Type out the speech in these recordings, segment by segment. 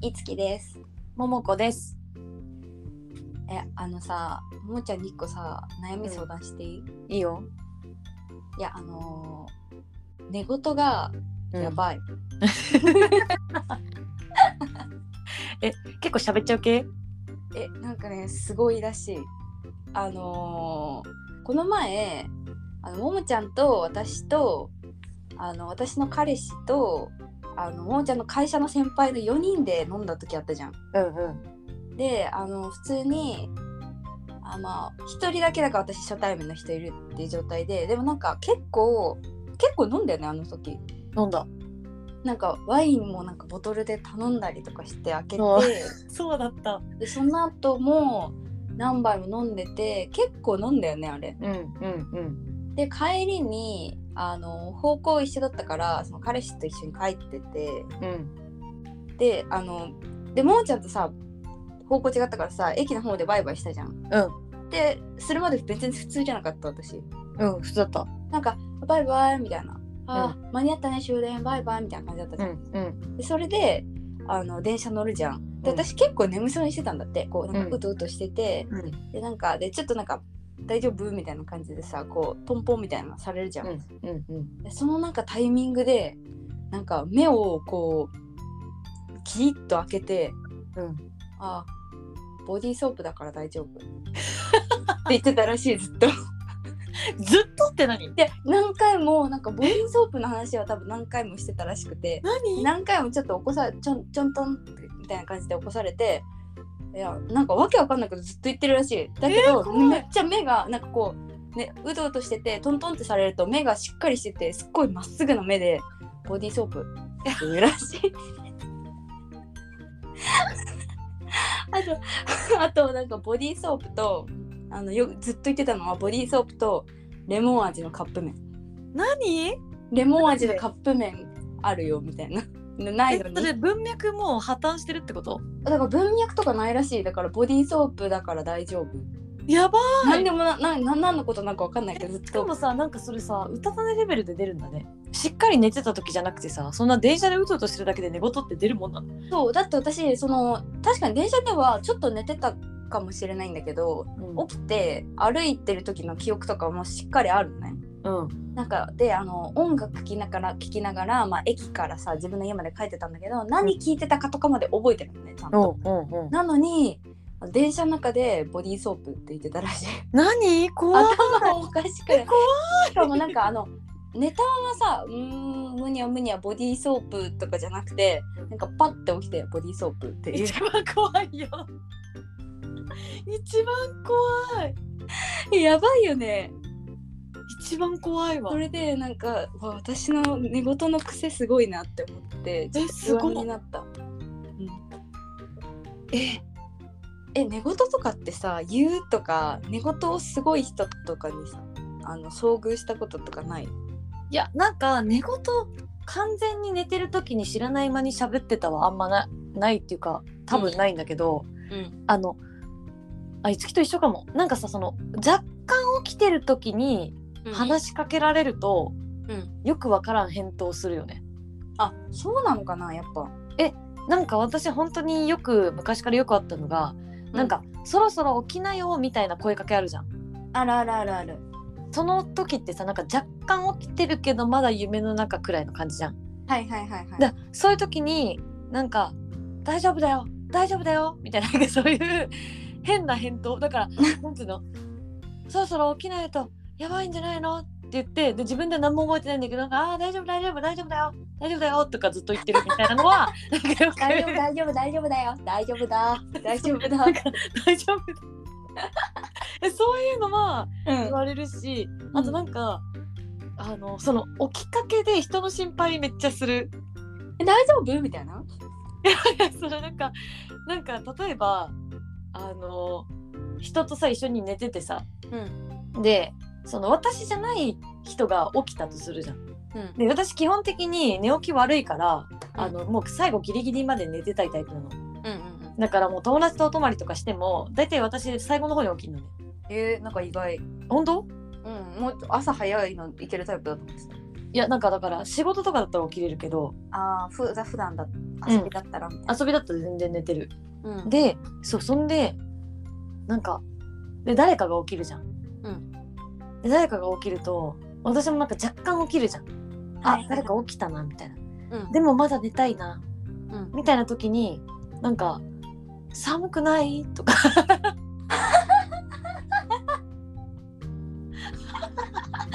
いつきです。ももこです。え、あのさ、ももちゃんに一個さ、悩み相談していい、いいいよ。や、あのー寝言がやばい。結構喋っちゃう系。え、なんかね、すごいらしい。あのーこの前、あのももちゃんと私と、あの私の彼氏と、あのももちゃんの会社の先輩の4人で飲んだ時あったじゃん。うんうん。であの普通にあまあ一人だけだから私初対面の人いるっていう状態ででもなんか結構結構飲んだよねあの時飲んだ。なんかワインもなんかボトルで頼んだりとかして開けてうわそうだった。でその後も何杯も飲んでて結構飲んだよねあれうんうんで帰りにあの方向一緒だったからその彼氏と一緒に帰っててうんうん。であのでもーちゃんとさ方向違ったからさ駅の方でバイバイしたじゃん。でそれまで別に普通じゃなかった私。うん。うん普通だった。なんか「バイバイ」みたいな「あ、間に合ったね終電バイバイ」みたいな感じだったじゃん。うん。でそれであの電車乗るじゃん。でうん私結構眠そうにしてたんだってこうなんうかんうとうとしてて、うんでなんかでちょっとなんか「大丈夫?」みたいな感じでさこうポンポンみたいなのされるじゃん。うんうん。でそのなんかタイミングでなんか目をこうキリッと開けてうん。 「あボディーソープだから大丈夫」って言ってたらしいずっ と。ずっとって何？で何回もなんかボディーソープの話は多分何回もしてたらしくて何？何回もちょっと起こさちょんちょんとんってみたいな感じで起こされていやなんかわけわかんないけどずっと言ってるらしいだけど、怖いめっちゃ目がなんかこうねうとうとしててトントンってされると目がしっかりしててすっごいまっすぐの目でボディーソープって言うらしい あとあとなんかボディーソープとあのよずっと言ってたのはボディーソープとレモン味のカップ麺何？レモン味のカップ麺あるよみたいなないえのそにれ文脈もう破綻してるってこと？だから文脈とかないらしいだからボディーソープだから大丈夫、やば。なんでもななな何のことなんかわかんないけどずっしかともさなんかそれさうたた寝レベルで出るんだね。しっかり寝てた時じゃなくてさそんな電車でうとうとしてるだけで寝言って出るもんなの。そうだって私その確かに電車ではちょっと寝てたかもしれないんだけどお起きて歩いてる時の記憶とかもしっかりあるのねうんなんかであの音楽聴きながら聴きながら、まあ、駅からさ自分の家まで帰ってたんだけど何聴いてたかとかまで覚えてるのねちゃんと、うんうん。なのに電車の中でボディーソープって言ってたらしい何？怖い。頭おかしくないしかもなんかあのネタはさ「うーんむにゃむにゃボディーソープ」とかじゃなくてなんかパッて起きて「ボディーソープ」って言う一番怖いよ一番怖 いやばいよね一番怖いわそれでなんかわ私の寝言の癖すごいなって思ってえす不ご安にいなった、うんええ寝言とかってさ言うとか寝言をすごい人とかにさあの遭遇したこととかないいやなんか寝言完全に寝てる時に知らない間に喋ってたはあんまなないっていうか多分ないんだけど、うんあのあいつきと一緒かもなんかさその若干起きてる時に話しかけられると、うんよくわからん返答するよねあそうなのかなやっぱなんか私本当によく昔からよくあったのが、なんか「そろそろ起きなよ」みたいな声かけあるじゃんあるあるあるあるその時ってさなんか若干起きてるけどまだ夢の中くらいの感じじゃん。はいはいはいはいだそういう時になんか「大丈夫だよ大丈夫だよ」みたいななんかそういう変な返答 だからなんつうのそろそろ起きないとやばいんじゃないのって言ってで自分で何も覚えてないんだけどなんか「あー大丈夫大丈夫大丈夫だよ大丈夫だよ」とかずっと言ってるみたいな のはなんかよく大丈夫大丈夫大丈夫だよ大丈夫 だ大丈夫だなんか大丈夫だえそういうのはう言んわれるし、あとなんか、あのその起きかけで人の心配めっちゃするえ大丈夫みたいな それなんかなんか例えばあの人とさ一緒に寝ててさ、でその私じゃない人が起きたとするじゃん。うんで私基本的に寝起き悪いから、うんあのもう最後ギリギリまで寝てたいタイプなのうんうんだからもう友達とお泊まりとかしても大体私最後の方に起きるのねえー、なんか意外うん本当もう朝早いのいけるタイプだと思ってたいやなんかだから仕事とかだったら起きれるけどああふざ普段だ遊びだったらみたいな、遊びだったら全然寝てるうんでそうそんでなんかで誰かが起きるじゃん、うんで誰かが起きると私もなんか若干起きるじゃん、はいはいあ誰か起きたなみたいなうんでもまだ寝たいなうんみたいな時になんか「寒くない?」とかなんか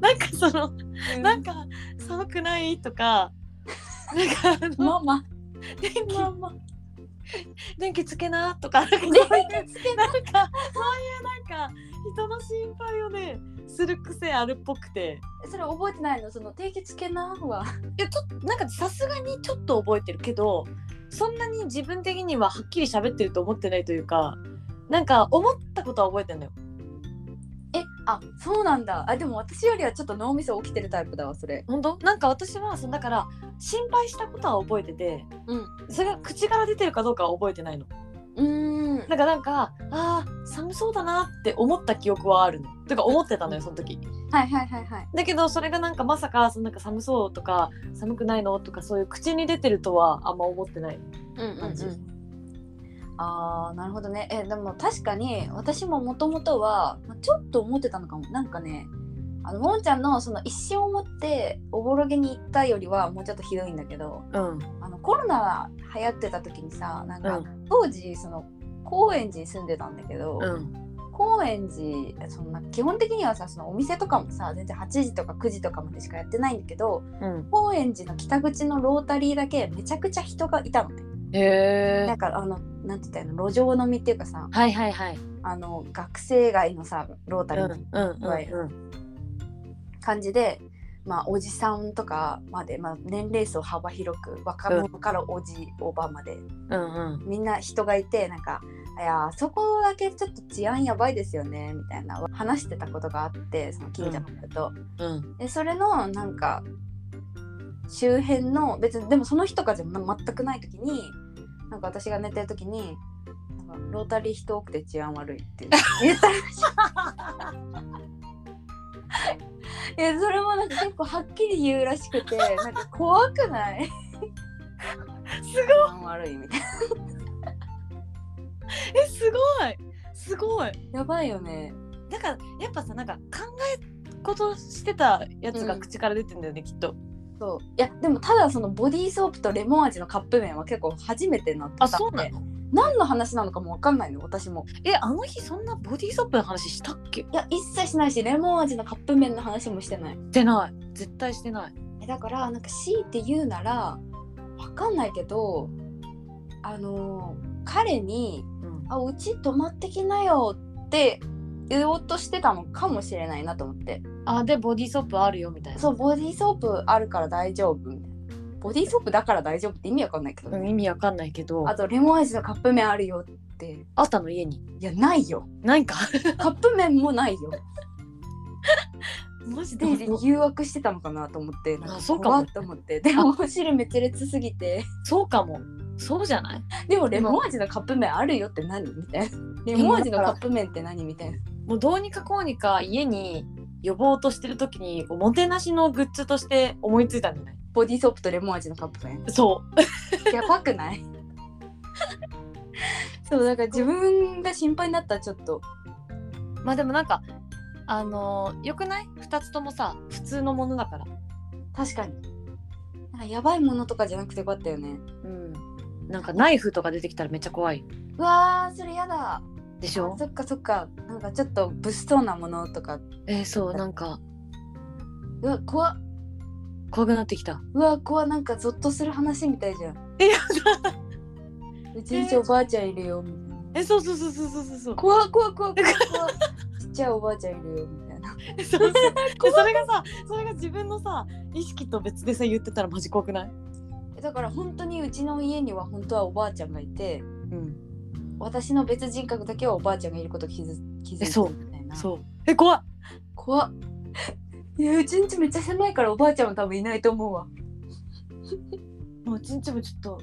なんかそのなんか寒くないとかなんかあのママ電 気ママ電気つけなとかなんかそういう電気つけななんかそういうなんか人の心配をねする癖あるっぽくてそれ覚えてないのその定期つけなはいやちょっとなんかさすがにちょっと覚えてるけどそんなに自分的にははっきり喋ってると思ってないというかなんか思ったことは覚えてるのよえあそうなんだあでも私よりはちょっと脳みそ起きてるタイプだわそれ本当なんか私はそのだから心配したことは覚えてて、うんそれが口から出てるかどうかは覚えてないのうーんなんかなんかあー寒そうだなって思った記憶はあるのてか思ってたのよその時はいはいはいはいだけどそれがなんかまさかそのなんか寒そうとか寒くないのとかそういう口に出てるとはあんま思ってないうんうん、う感じん、あーなるほどねえでも確かに私ももともとはまあちょっと思ってたのかもなんかねあのもんちゃんのその一瞬をもっておぼろげに行ったよりはもうちょっとひどいんだけどうんあのコロナ流行ってた時にさなんか、う当時その高円寺に住んでたんだけど、うん高円寺そんな基本的にはさそのお店とかもさ全然8時とか9時とかまでしかやってないんだけどうん高円寺の北口のロータリーだけめちゃくちゃ人がいたのね。へだえからあのなんて言ったらいいの路上飲みっていうかさはいはいはいあの学生街のさロータリーのうんはい感じで、まあ、おじさんとかまで、まあ、年齢層幅広く若者からおじ、おばまでうんうんみんな人がいてなんか「いやーそこだけちょっと治安やばいですよね」みたいな話してたことがあってその近所の人と。うんでそれのなんか周辺の別にでもその日とかじゃま全くない時になんか私が寝てる時に「なんかロータリー人多くて治安悪い」って言ったらしい。いやそれもなんか結構はっきり言うらしくてなんか怖くないすごい治安悪いみたいなえすごいすごいやばいよねだからやっぱさなんか考えことしてたやつがうん口から出てんだよね、きっとそういやでもただそのボディーソープとレモン味のカップ麺は結構初めてなってたんでの何の話なのかも分かんないの私もえあの日そんなボディーソープの話したっけいや一切しないしレモン味のカップ麺の話もしてないしてない絶対してないえだからなんか強いて言うならわかんないけどあのー彼にうん「あうち泊まってきなよ」って言おうとしてたのかもしれないなと思ってあでボディーソープあるよみたいなそうボディーソープあるから大丈夫みたいなボディーソープだから大丈夫って意味わかんないけどうんね、意味わかんないけどあとレモン味のカップ麺あるよってあったの家にいやないよないかカップ麺もないよマジで誘惑してたのかなと思ってなんあかそうかも怖っと思ってでも汁滅裂すぎてそうかもそうじゃないでもレモン味のカップ麺あるよって何みたいな。レモン味のカップ麺って何みたいな。もうどうにかこうにか家に呼ぼうとしてる時におもてなしのグッズとして思いついたんじゃないボディーソープとレモン味のカップ麺。そうやばくない そうだから自分が心配になったらちょっと。まあでもなんかあのーよくない2つともさ普通のものだから確かに。なんかやばいものとかじゃなくてよかったよね。うんなんかナイフとか出てきたらめっちゃ怖いうわーそれやだ。でしょそっかそっか。なんかちょっと物騒なものとか。えーそうなんかうわ怖っ怖くなってきたうわ怖っなんかゾッとする話みたいじゃん。えやうちんちおばあちゃんいるよみたいな。えそうそうそうそう そうそうそう怖っ怖っ怖っ怖っ怖っちっちゃいおばあちゃんいるよみたいな。えそうそうでそれがさそれが自分のさ意識と別でさ言ってたらマジ怖くないだから本当にうちの家には本当はおばあちゃんがいてうん私の別人格だけはおばあちゃんがいること気づ気づいてえそうるみたいなそうえ怖っ怖っいやうちんちめっちゃ狭いからおばあちゃんは多分いないと思うわもう一日もちょっと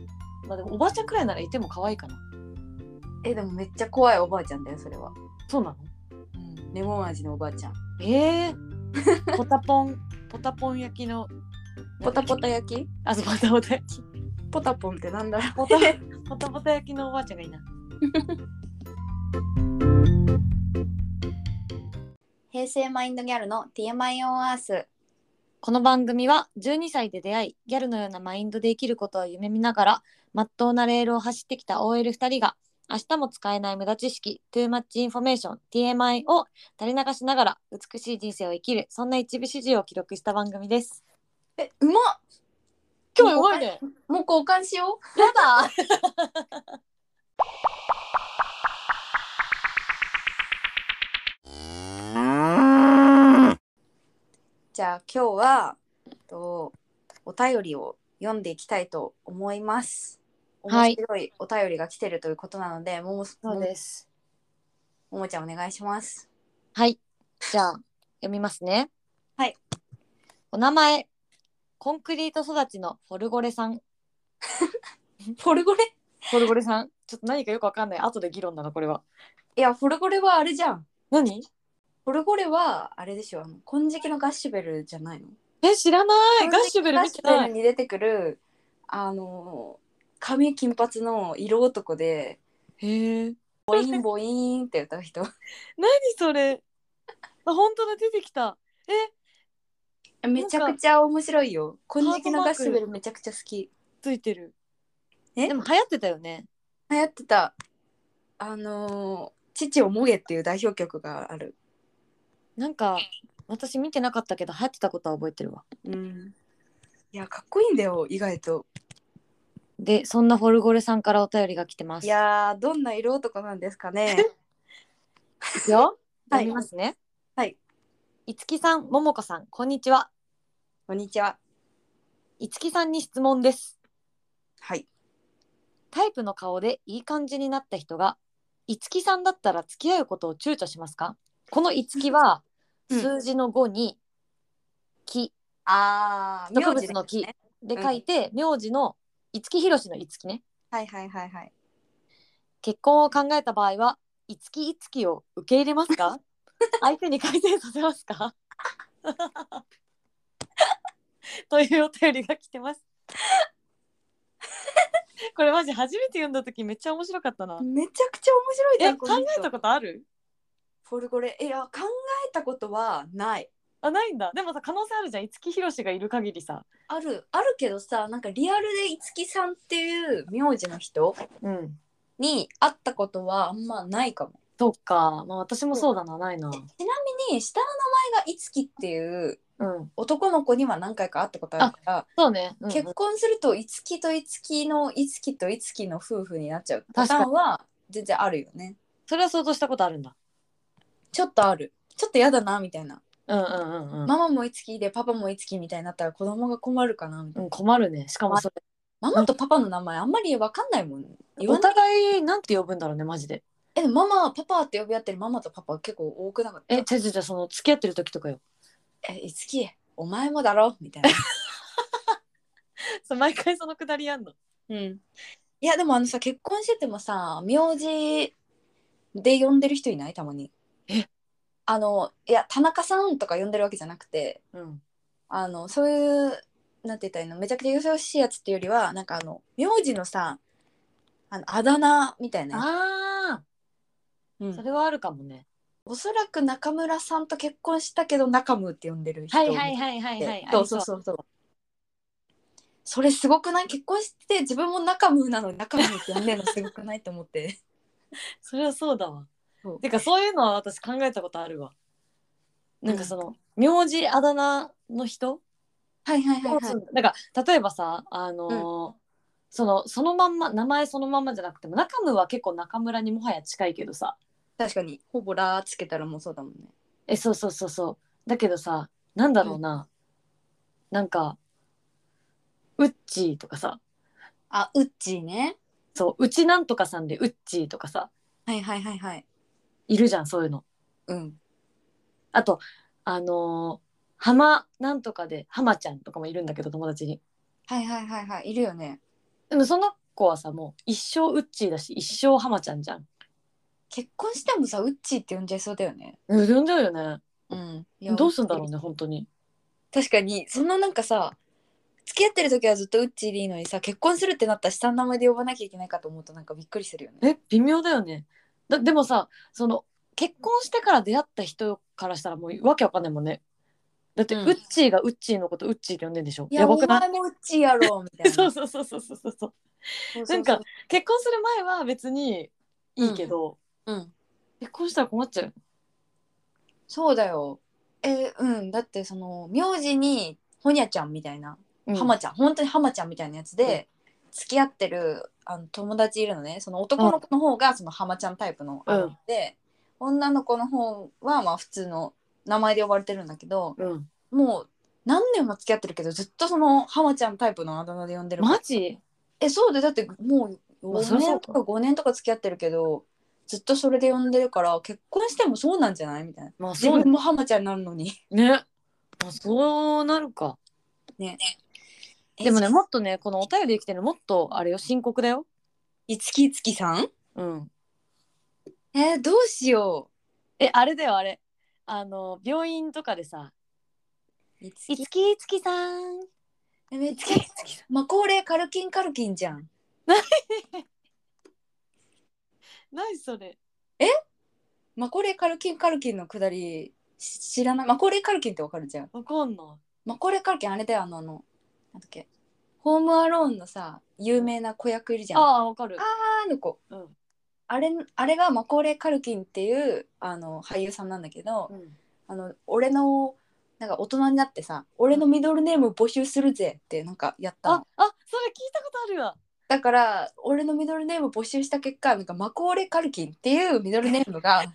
まあでもおばあちゃんくらいならいても可愛いかなえでもめっちゃ怖いおばあちゃんだよそれは、そうなのレモン味のおばあちゃんええ ポタポンポタポン焼きのポタポタ焼きあそうポタポタ焼きポタポンってなんだろう ポタポタポタ焼きのおばあちゃんがいいな平成マインドギャルの TMI on Earth この番組は12歳で出会いギャルのようなマインドで生きることを夢見ながらまっとうなレールを走ってきた OL2 人が明日も使えない無駄知識 Too Much Information TMI を垂れ流しながら美しい人生を生きるそんな一部始終を記録した番組ですえうまっ今日やばいねもう交換しようやだじゃあ今日はとお便りを読んでいきたいと思いますは面い白いお便りが来てるということなので、ももそうもですももちゃんお願いしますはい。じゃあ、読みますね。はい。お名前、コンクリート育ちのフォルゴレさん。フォルゴレフォルゴレさん。ちょっと何かよくわかんない。後で議論だな、これは。いやフォルゴレはあれじゃん何フォルゴレはあれでしょあの金色のガッシュベルじゃないのえ、知らない。ガッシュベルガッ見シてュなベルい。に出てくるあの髪金髪の色男でへえ。ボインボイーンって歌う人何それ。あ、本当だ、出てきた。え、めちゃくちゃ面白いよ金色のガッシュベルめちゃくちゃ好きついてる。えでも流行ってたよね。流行ってたあのー「父をもげ」っていう代表曲がある、なんか、私見てなかったけど、流行ってたことは覚えてるわ。うん、いやかっこいいんだよ意外とで、そんなフォルゴレさんからお便りが来てます。いやーどんな色男なんですか ねいくよ。はい読みますね。はい。いつきさん、ももこさん、こんにちは。こんにちはいつきさんに質問です。はいタイプの顔でいい感じになった人が、いつきさんだったら付き合うことを躊躇しますかこのいつきは、うん数字の5に、木、あー植物の名木字ですねで書いて、名字のいつきひろしのいつきね。はいはいはいはい結婚を考えた場合は、いつきいつきを受け入れま すか相手に改善させますか というお便りが来てます。 これマジ初めて読んだ時めっちゃ面白かったな。めちゃくちゃ面白いじゃえん考この人えたことあるフォルゴレいや考えたことはないあないんだ。でもさ可能性あるじゃん。五木ひろしがいる限りさ。あるあるけどさなんかリアルで五木さんっていう名字の人うん。に会ったことはあんまないかもそっか。まあ私もそうだな。ないな。ちなみに下の名前が五木っていううん。男の子には何回か会ったことあるから、そうね。うんうん結婚すると五木と五木の五木と五木の夫婦になっちゃうパターンは全然あるよねそれは想像したことあるんだ。ちょっとあるちょっと嫌だなみたいな、うんうんうんうん。ママも五木でパパも五木みたいになったら子供が困るかなみたいなうん、困るね。しかもそれママとパパの名前あんまり分かんないもん言わおない互いなんて呼ぶんだろうねマジでえママパパって呼び合ってるママとパパ結構多くなかったえ違う違う違うその付き合ってる時とかよえいつきお前もだろみ たいなそう毎回そのくだりやんのうんいやでもあのさ結婚しててもさ名字で呼んでる人いないたまにえあのいや田中さんとか呼んでるわけじゃなくてうんあのそういうなんて言ったらいいのめちゃくちゃよそよしいやつっていうよりはなんかあの名字のさあのあだ名みたいなやあつ、うーそん、れはあるかもね、おそらく中村さんと結婚したけど中ムって呼んでる人はいはってそうそうそうそう。それすごくない結婚して自分も仲ムーなのに仲ムーって呼んでるのすごくないと思って。それはそうだわそうてかそういうのは私考えたことあるわなんかその、名字あだ名の人、 はいはいはいはい。なんか例えばさあのーそのそのまんま名前そのまんまじゃなくても中村は結構中村にもはや近いけどさ確かにほぼラーつけたらもうそうだもんね。えそうそうそうそうだけどさなんだろうな、なんかウッチーとかさあウッチーね。そううちなんとかさんでウッチーとかさはいはいはいはい。いるじゃんそういうのうん。あとあのー、浜なんとかで浜ちゃんとかもいるんだけど友達にはいはいはいはいいるよね。でもその子はさもう一生ウッチーだし一生浜ちゃんじゃん結婚してもさウッチーって呼んじゃいそうだよね。うん呼んじゃうよねうんいやどうすんだろうね本当に確かにそんななんかさ付き合ってる時はずっとウッチーでいいのにさ結婚するってなったら下の名前で呼ばなきゃいけないかと思うとなんかびっくりするよね。え微妙だよねだでもさその結婚してから出会った人からしたらもうわけわかんないもんねだって、うんウッチーがウッチーのことウッチーって呼んでんでしょいややばくおない前もウッチーやろみたい な。そうそうそうそうそうそうそうそうそうなんか結婚する前は別にいいけど、うん結婚したら困っちゃうそうだよ。えうんだってその名字にほにゃちゃんみたいなうんハマちゃん本当にハマちゃんみたいなやつで付き合ってるあの友達いるのねその男の子の方がそのハマちゃんタイプの、うんあので女の子の方はまあ普通の名前で呼ばれてるんだけどうんもう何年も付き合ってるけどずっとそのハマちゃんタイプのあだ名で呼んでるからマジえそうでだってもうまあそ4りゃそ年うかとか5年とか付き合ってるけどずっとそれで呼んでるから結婚してもそうなんじゃないみたいなまあ自そう分もハマちゃんになるのにねまあそうなるかねえ でもねもっとねこのお便りできてるもっとあれよ深刻だよいつきいつきさんうんえーどうしよえあれだよあれあの病院とかでさういつ「いつきいつきさん」えめっいつちゃきいつきさマコーレーカルキンカルキンじゃん。ん何それマコーレーカルキンカルキンのくだりし知らない。マコーレーカルキンってわかるじゃん。わかんなマコーレーカルキンあれだよあのあのなんだっけホームアローンのさ有名な子役いるじいゃん。あああわかるーの子。うんあれあれがマコーレーカルキンっていうあの俳優さんなんだけど、うんあの俺のなんか大人になってさ俺のミドルネーム募集するぜってなんかやったのああそれ聞いたことあるわだから俺のミドルネーム募集した結果なんかマコーレ・カルキンっていうミドルネーム があの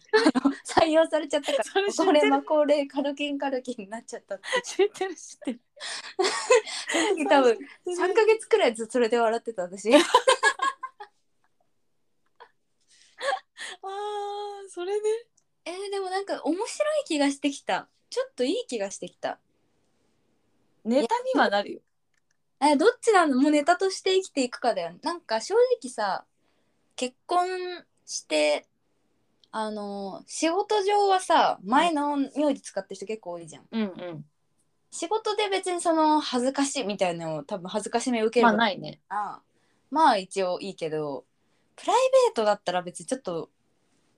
採用されちゃったからそれ知こってれるマコーレ・カルキンカルキンになっちゃったって知ってる知ってる多分3ヶ月くらいずっとそれで笑ってた私えあーそれね ーでもなんか面白い気がしてきたちょっといい気がしてきたネタにはなるよえーどっちなのもうネタとして生きていくかだよねなんか正直さ結婚してあの仕事上はさ前の名字使ってる人結構多いじゃんうんうん仕事で別にその恥ずかしいみたいなのを多分恥ずかしめ受けるかまあら、ないねまあ一応いいけどプライベートだったら別にちょっと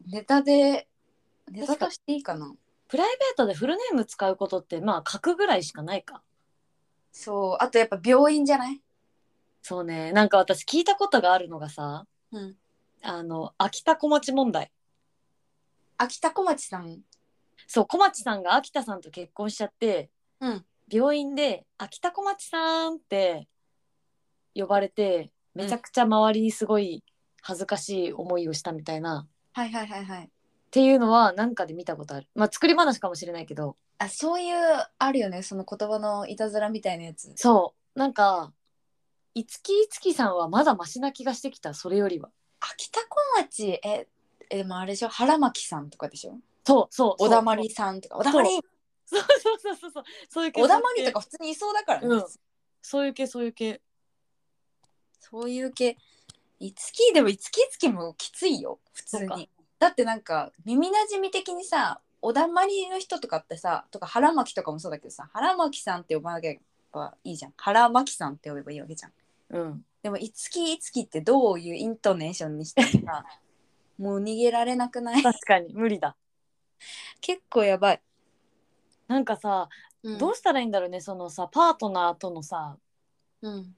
ネタでネタとしていいかなプライベートでフルネーム使うことってまあ書くぐらいしかないかそうあとやっぱ病院じゃない、そうねなんか私聞いたことがあるのがさうん、あの秋田小町問題秋田小町さんそう小町さんが秋田さんと結婚しちゃって、うん病院で「秋田小町さん」って呼ばれてめちゃくちゃ周りにすごい恥ずかしい思いをしたみたいな、っはいはいはいはいていうのはなんかで見たことあるまあ作り話かもしれないけどあそういうあるよねその言葉のいたずらみたいなやつそうなんかいつきいつきさんはまだマシな気がしてきたそれよりは。秋田小町ええでもあれでしょ原巻さんとかでしょそうそうおだまそうりさんとかおだまりそうそうそうそうそういう系おだまりとか普通にいそうだからね、うんそういう系そういう系そういう系いつきでもいつきいつきもきついよ普そ通うかにだってなんか耳なじみ的にさおだまりの人とかってさとか腹巻きとかもそうだけどさ腹巻きさんって呼ばなければいいじゃん腹巻きさんって呼べばいいわけじゃんうんでもいつきいつきってどういうイントネーションにしても さもう逃げられなくない確かに無理だ結構やばい、なんかさ、どうしたらいいんだろうねそのさパートナーとのさうん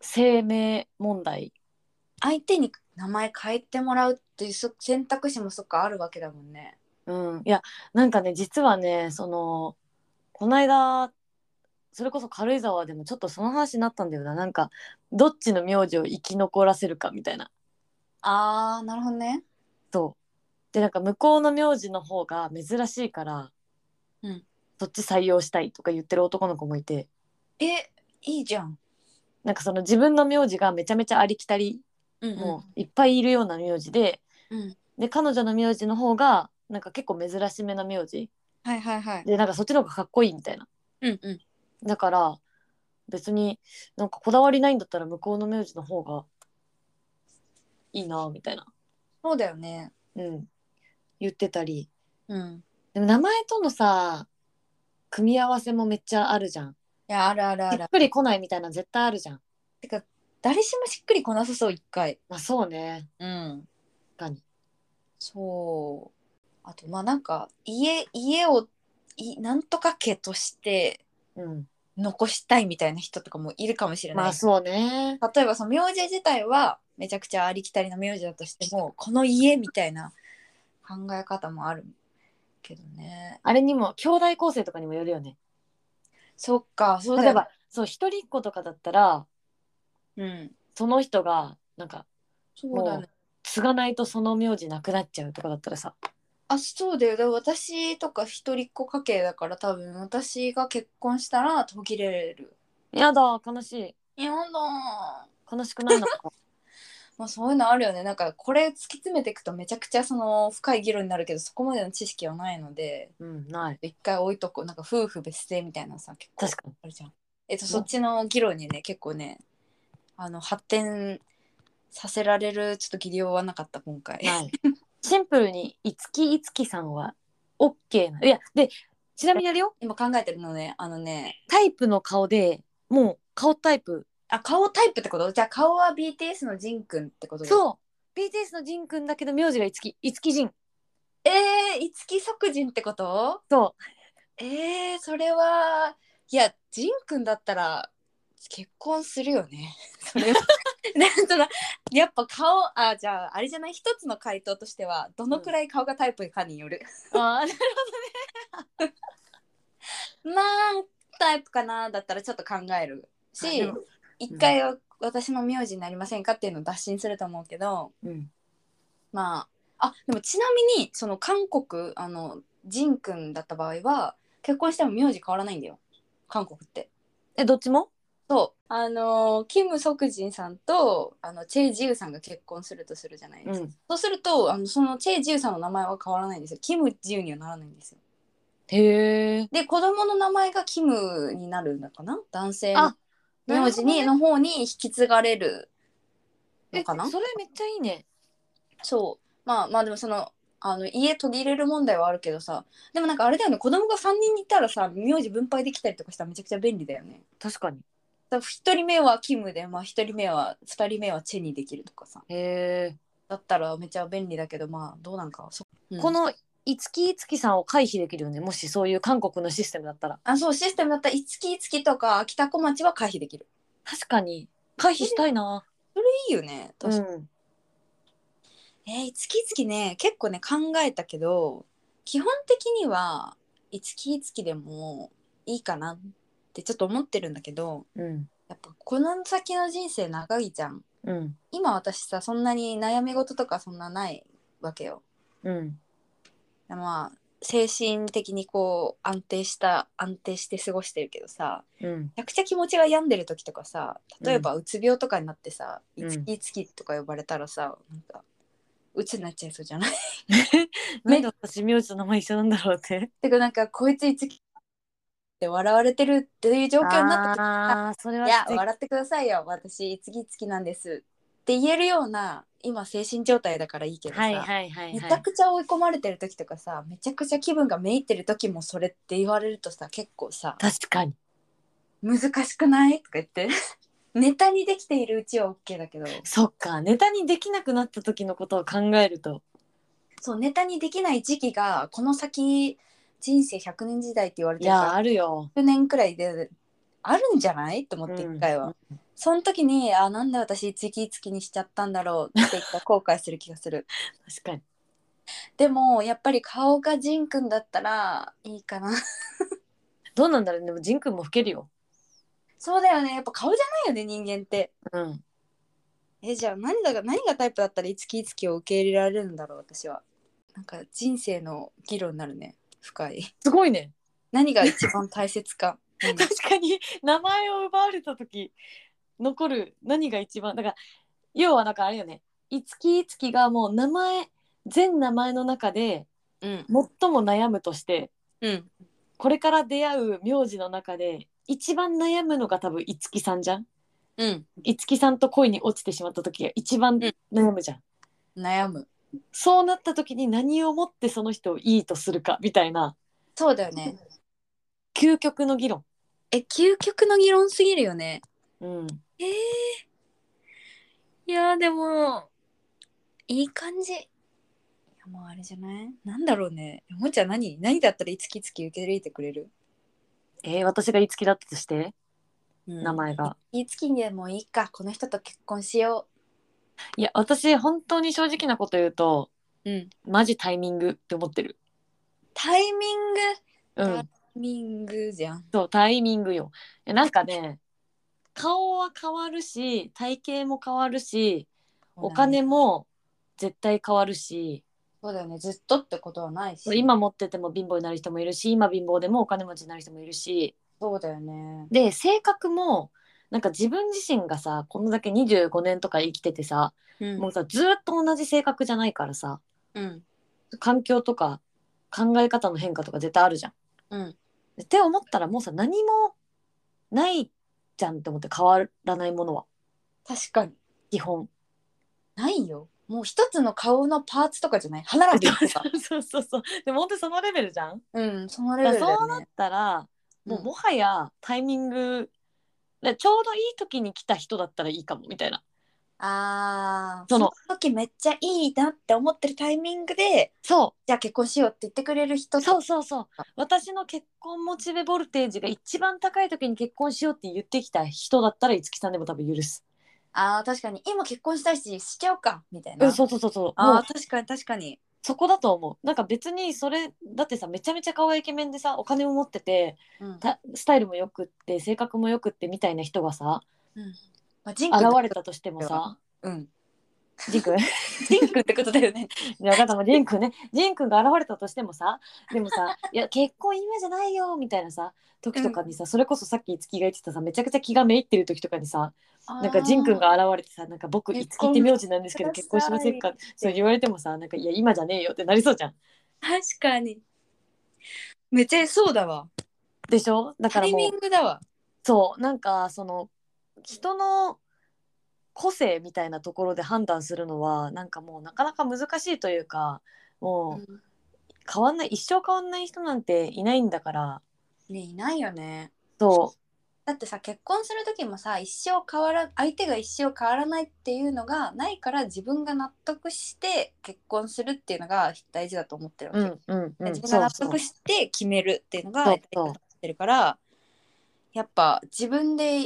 生命問題相手に名前変えてもらうっていうそ選択肢もそっかあるわけだもんねうんいやなんかね実はねそのこの間それこそ軽井沢でもちょっとその話になったんだよななんかどっちの名字を生き残らせるかみたいなあーなるほどねそうでなんか向こうの名字の方が珍しいから、うん、そっち採用したいとか言ってる男の子もいてえいいじゃん、なんかその自分の名字がめちゃめちゃありきたりうんもういっぱいいるような名字で、うんで彼女の名字の方がなんか結構珍しめな名字はいはいはい。でなんかそっちの方がかっこいいみたいなうんうん。だから別になんかこだわりないんだったら向こうの名字の方がいいなみたいな、そうだよね。うん、言ってたりうん。でも名前とのさ組み合わせもめっちゃあるじゃんいやあるあるあしっるくりこないみたいなの絶対あるじゃんてか誰しもしっくりこなさそう一回まあそうねうん確かにそうあとまあなんか家家をいなんとか家としてうん残したいみたいな人とかもいるかもしれない、まあそうね例えばその名字自体はめちゃくちゃありきたりな名字だとしてもこの家みたいな考え方もあるけどねあれにも兄弟構成とかにもよるよねそっかそうだ例えよねばそう一人っ子とかだったらうんその人がなんかそうだね継がないとその名字なくなっちゃうとかだったらさあそうだよだから私とか一人っ子家系だから多分私が結婚したら途切れるやだ悲しいやだー悲しくないの かまあ、そういうのあるよねなんかこれ突き詰めていくとめちゃくちゃその深い議論になるけどそこまでの知識はないのでうんない一回置いとこうなんか夫婦別姓みたいなさ結構確かにあるじゃん。えっとそっちの議論にね結構ねあの発展させられるちょっと技量はなかった今回。ない シンプルにいつきいつきさんは OK ないやでちなみにあれよ 今考えてるのねあのねタイプの顔でもう顔タイプあ顔タイプってことじゃあ顔は BTS のジンくんってことうそう BTS のジンくんだけど名字がいつきいつきジンえー、いつき即人ってことそえー、それはいやジンくんだったら結婚するよね。 それはなんとなやっぱ顔あじゃああれじゃない一つの回答としてはどのくらい顔がタイプかによる。うあーまあタイプかなだったらちょっと考えるあしでも一回は私の名字になりませんかっていうのを打診すると思うけど うんまああでもちなみにその韓国あのジンくんだった場合は結婚しても名字変わらないんだよ韓国って。えどっちもそうあのキム・ソクジンさんとあのチェ・ジウさんが結婚するとするじゃないですか、んそうするとあのそのチェ・ジウさんの名前は変わらないんですよキム・ジウにはならないんですよへえで子供の名前がキムになるのかな男性のあ名字にの方に引き継がれるのえかなそれめっちゃいいねそうまあまあでもそのあの家途切れる問題はあるけどさでもなんかあれだよね子供が3人いたらさ名字分配できたりとかしたらめちゃくちゃ便利だよね確かにだから一人目はキムで、まあ、一人目は二人目はチェにできるとかさへえ、だったらめちゃ便利だけどまあどうなんかはそ、うんこのいつきいつきさんを回避できるよねもしそういう韓国のシステムだったらあそうシステムだったらいつきいつきとか秋田小町は回避できる確かに回避したいな、いいよねう確かに、ん、えーいつきいつきね結構ね考えたけど基本的にはいつきいつきでもいいかなってちょっと思ってるんだけどうんやっぱこの先の人生長いじゃんうん今私さそんなに悩み事とかそんなないわけようんまあ精神的にこう安定した安定して過ごしてるけどさうんめちゃくちゃ気持ちが病んでる時とかさ例えばうつ病とかになってさ「うんいつきいつき」とか呼ばれたらさなんかうつになっちゃいそうじゃない なんで私名字と名前一緒なんだろうっててかなんかこいついつきって笑われてるっていう状況になった時あーそれいはやきつい笑ってくださいよ私いつきいつきなんです」って言えるような今精神状態だからいいけどさ、はいはいはいめはちゃいくちゃ追い込まれてる時とかさめちゃくちゃ気分がめいってる時もそれって言われるとさ結構さ確かに「難しくない?」とか言って ネタにできているうちは OK だけどそっかネタにできなくなった時のことを考えるとそうネタにできない時期がこの先人生100年時代って言われいてるやかあるよ、ら100年くらいであるんじゃないと思ってうん一回は、その時に「あなんで私月々にしちゃったんだろう」って言ったら後悔する気がする確かにでもやっぱり顔が仁君だったらいいかな どうなんだろうねでもジンくんも老けるよそうだよねやっぱ顔じゃないよね人間ってうんえじゃあ何だが何がタイプだったらいつきいつきを受け入れられるんだろう私はなんか人生の議論になるね深い すごいね何が一番大切か、 うん確かに名前を奪われた時残る何が一番だから要はなんかあれよねいつきいつきがもう名前全名前の中でうん最も悩むとしてうんこれから出会う名字の中で一番悩むのが多分いつきさんじゃんうんいつきさんと恋に落ちてしまった時が一番ん悩むじゃん、悩むそうなった時に何をもってその人をいいとするかみたいなそうだよね究極の議論。え究極の議論すぎるよねうん、いやーでもいい感じいやもうあれじゃないなんだろうねもんちゃん何何だったらいつきつき受け入れてくれる、えー私がいつきだったとしてうん名前が。いつきでもいいかこの人と結婚しよいや私本当に正直なこと言うとううんマジタイミングって思ってる。タイミングうタイん、ミングじゃんそうタイミングよ。えなんかね顔は変わるし体型も変わるしお金も絶対変わるしそうだよねずっとってことはないし今持ってても貧乏になる人もいるし今貧乏でもお金持ちになる人もいるしそうだよねで性格もなんか自分自身がさこのだけ25年とか生きててさうんもうさずーっと同じ性格じゃないからさうん環境とか考え方の変化とか絶対あるじゃん。うんって思ったらもうさ何もないじゃんって思って変わらないものは確かに基本。ないよもう一つの顔のパーツとかじゃない歯並びとか そうそうそうでも本当にそのレベルじゃん。うんそのレベルだそうよなっねたらもうもはやタイミングでちょうどいい時に来た人だったらいいかもみたいなあーそそのの時めっちゃいいなって思ってるタイミングでそじゃあ結婚しようって言ってくれる人うそうとそうそう私の結婚モチベボルテージが一番高い時に結婚しようって言ってきた人だったら五木さんでも多分許すあー確かに今結婚したいししちゃおうかみたいな、うんそうそうそうそうもあうー確かに確かにそこだと思うなんか別にそれだってさめちゃめちゃ可愛いイケメンでさお金も持っててうん、たスタイルもよくって性格もよくってみたいな人が さまあ、ジンク現れたとしてもさうんジンくんジンクってことだよねいや分かったもうジン君ねジン君が現れたとしてもさでもさ「いや結婚今じゃないよ」みたいなさ時とかにさ、それこそさっき樹が言ってたさめちゃくちゃ気がめいってる時とかにさなんかジン君が現れてさ「なんか僕樹結っ婚て名字なんですけど結婚しませんか?」そう言われてもさ「なんかいや今じゃねえよ」ってなりそうじゃん。確かにめっちゃそうだわでしょだかタらイもうミングだわそうなんかその人の個性みたいなところで判断するのはなんかもうなかなか難しいというかもう変わんない一生変わんない人なんていないんだからねいないよねそうだってさ結婚する時もさ一生変わら相手が一生変わらないっていうのがないから自分が納得して結婚するっていうのが大事だと思ってるわうけ、んうんうん、自分が納そう得そうして決めるっていうのがそう大事だと思ってるからやっぱ自分で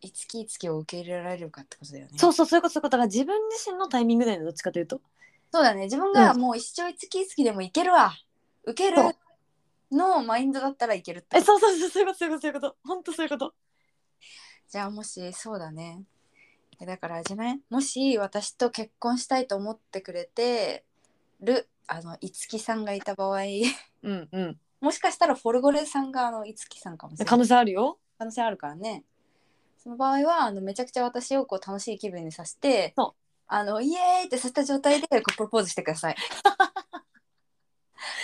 いつきいつきを受け入れられるかってことだよねそうそうそういうことそういうことだから自分自身のタイミングだよねどっちかというとそうだね自分うがもう一生いつきいつきでもいけるわ受けるそのマインドだったらいけるってえことそうそうそうそういうことそういうことそういうこと本当そういうことじゃあもしそうだねえだからあれじゃないもし私と結婚したいと思ってくれてるあのいつきさんがいた場合 うんうんもしかしたらフォルゴレさんがあのいつきさんかもしれ可ない能性あるよ可能性あるからねその場合はあのめちゃくちゃ私をこう楽しい気分にさせてそあのイエーイってさせた状態でこうプロポーズしてください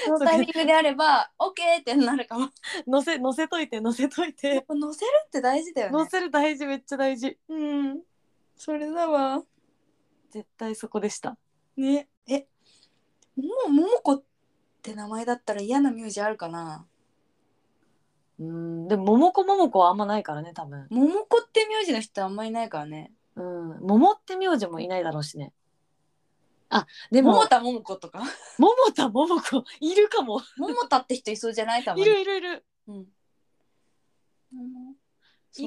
そのタイミングであれば OK ってなるかも乗せ乗せといて乗せといやってぱ乗せるって大事だよ乗ねせる大事めっちゃ大事うんそれだわ絶対そこでしたねえもうももこって名前だったら嫌な名字あるかなうんでも桃子桃子はあんまないからね多分ももこって名字の人あんまりいないからねうん桃って名字もいないだろうしねあでも桃田ももことか 桃田桃子いるかも桃田って人いそうじゃないたまいにるいるいるうんうんい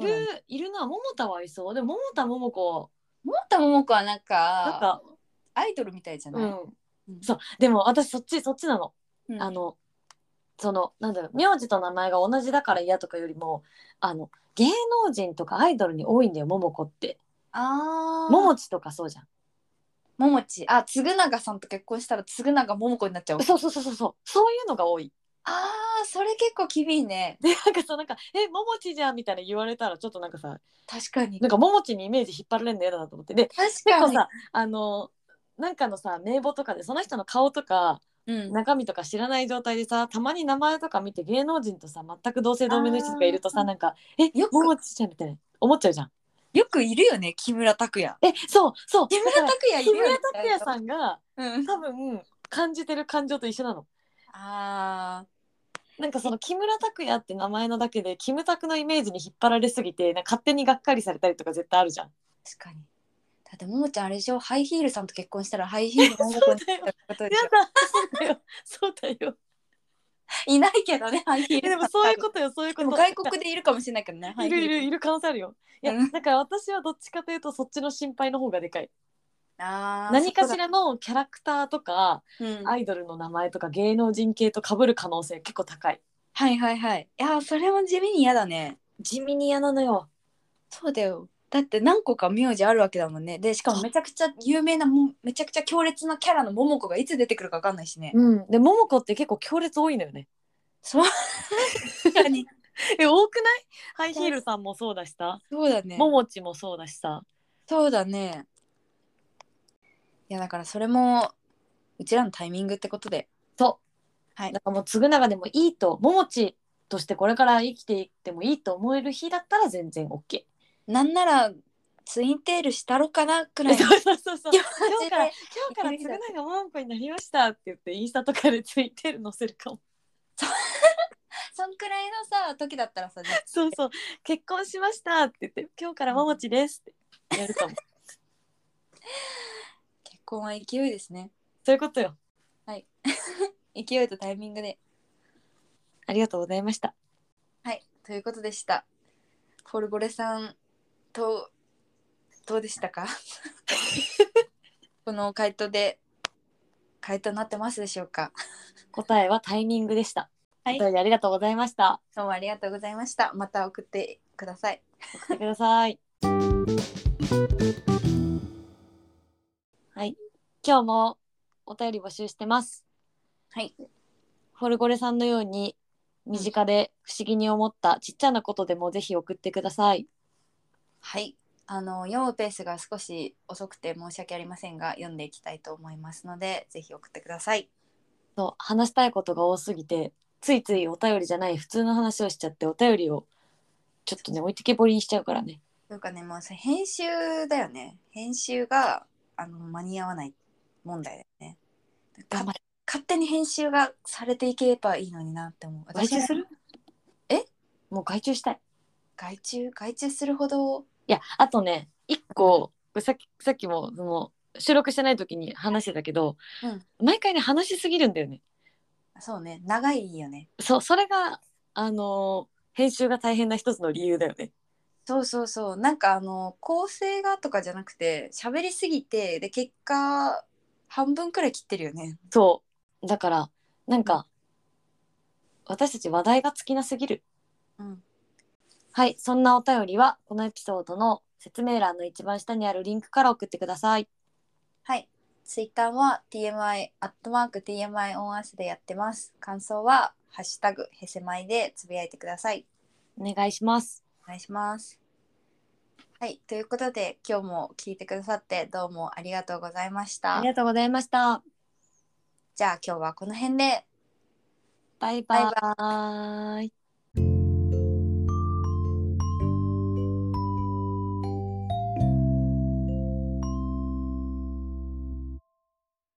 そうだねるいるな桃田はいそうでも桃田桃子桃田ももこはなんなんかかアイドルみたいじゃない、うん、そうでも私そっちそっちなの、うんあのそのなんだろう名字と名前が同じだから嫌とかよりもあの芸能人とかアイドルに多いんだよ桃子ってあー桃地とかそうじゃんももちあ嗣永さんと結婚したら嗣永ももこになっちゃうそうそうそうそうそうそういうのが多い あーそれ結構厳しいねでなんかそうなんか「え桃地じゃん」みたいな言われたらちょっとなんかさ確かになんか桃地にイメージ引っ張られるの嫌だなと思ってで確結か構にさあのなんかのさ名簿とかでその人の顔とかうん中身とか知らない状態でさたまに名前とか見て芸能人とさ全く同姓同名の人がいるとあさーなんか「えよくももちちゃん」みたいな思っちゃうじゃん。よくいるよね木村拓哉えそうそう木村拓哉い木るよ村ね拓哉さんがうん多分感じてる感情と一緒なのあなんかその木村拓哉って名前のだけでキムタクのイメージに引っ張られすぎてなんか勝手にがっかりされたりとか絶対あるじゃんー確かにだってももちゃんあれでしょハイヒールさんと結婚したらハイヒールの音楽になることやでしょだそうだよそうだよいないけどねハイヒーえルでさんもそう いうことよそういうこでもと外国でいるかもしれないけどねハいイヒーるルいるいる可能性あるよいやうんだから私はどっちかというとそっちの心配の方がでかいあー何かしそらのキャラクターとかこだうんアイドルの名前とか芸能人系と被る可能性結構高いはいはいはいいやーそれも地味に嫌だね地味に嫌なのよそうだよだって何個か名字あるわけだもんねでしかもめちゃくちゃ有名なもめちゃくちゃ強烈なキャラの桃子がいつ出てくるか分かんないしねうんで桃子って結構強烈多いのよねそう 確かにえ多くないハイヒールさんもそうだしさそうだねももちもそうだしさそうだねいやだからそれもうちらのタイミングってことでそうはいだからもう嗣永でもいいとももちとしてこれから生きていってもいいと思える日だったら全然 OK なんならツインテールしたろかなくらそういのそうそうそういや今日かマら今日からつぐながももこになりましたって言ってインスタとかでツイッター載せるかもそんくらいのさ時だったらさ そうそう結婚しましたって言って今日からももちですってやる かも結婚は勢いですねそういうことよ勢いとタイミングでありがとうございましたはい、ということでした。フォルゴレさんとどうでしたかこの回答で回答になってますでしょうか答えはタイミングでしたはいお便りありがとうございましたどうもありがとうございました。また送ってください。送ってくださいはい今日もお便り募集してますはい。フォルゴレさんのように身近で不思議に思ったちっちゃなことでもぜひ送ってくださいはい。あの読むペースが少し遅くて申し訳ありませんが読んでいきたいと思いますのでぜひ送ってください。そう話したいことが多すぎてついついお便りじゃない普通の話をしちゃってお便りをちょっとね置いてけぼりにしちゃうからねというかねもうさ編集だよね編集があの間に合わない問題だよね。頑張る勝手に編集がされていければいいのになって思う。外注するもう外注したい外注外注するほどいやあとね一個さっきさっきもその収録してない時に話してたけど、うん毎回ね話しすぎるんだよねそうね長いよね。そうそれがあのー編集が大変な一つの理由だよねそうそうそうなんかあの構成がとかじゃなくて喋りすぎてで結果半分くらい切ってるよね。そうだからなんか私たち話題が尽きなすぎるうん。はい、そんなお便りはこのエピソードの説明欄の一番下にあるリンクから送ってください。はい。ツイッターは TMI アットマーク TMI オンアースでやってます。感想はハッシュタグへせまいでつぶやいてください。お願いします。お願いします。はい、ということで今日も聞いてくださってどうもありがとうございましあたり。がとうございました。じゃあ今日はこの辺でバイバイ。バイバイバイ